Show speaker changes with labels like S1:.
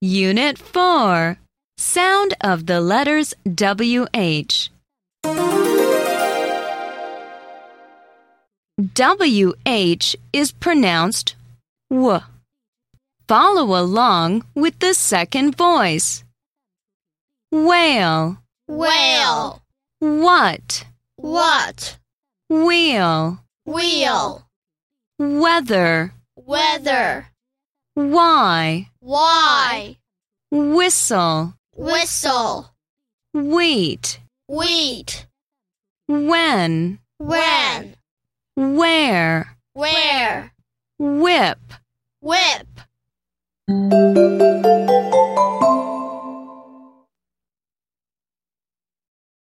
S1: Unit 4 Sound of the letters WH. WH is pronounced W. Follow along with the second voice. Whale,
S2: Whale.
S1: what,
S2: What?
S1: wheel,
S2: Wheel.
S1: weather,
S2: Weather.
S1: why,
S2: Why?
S1: whistle,
S2: Whistle.
S1: wheat,
S2: Wheat.
S1: when,
S2: When?
S1: where,
S2: Where?
S1: whip.
S2: Whip.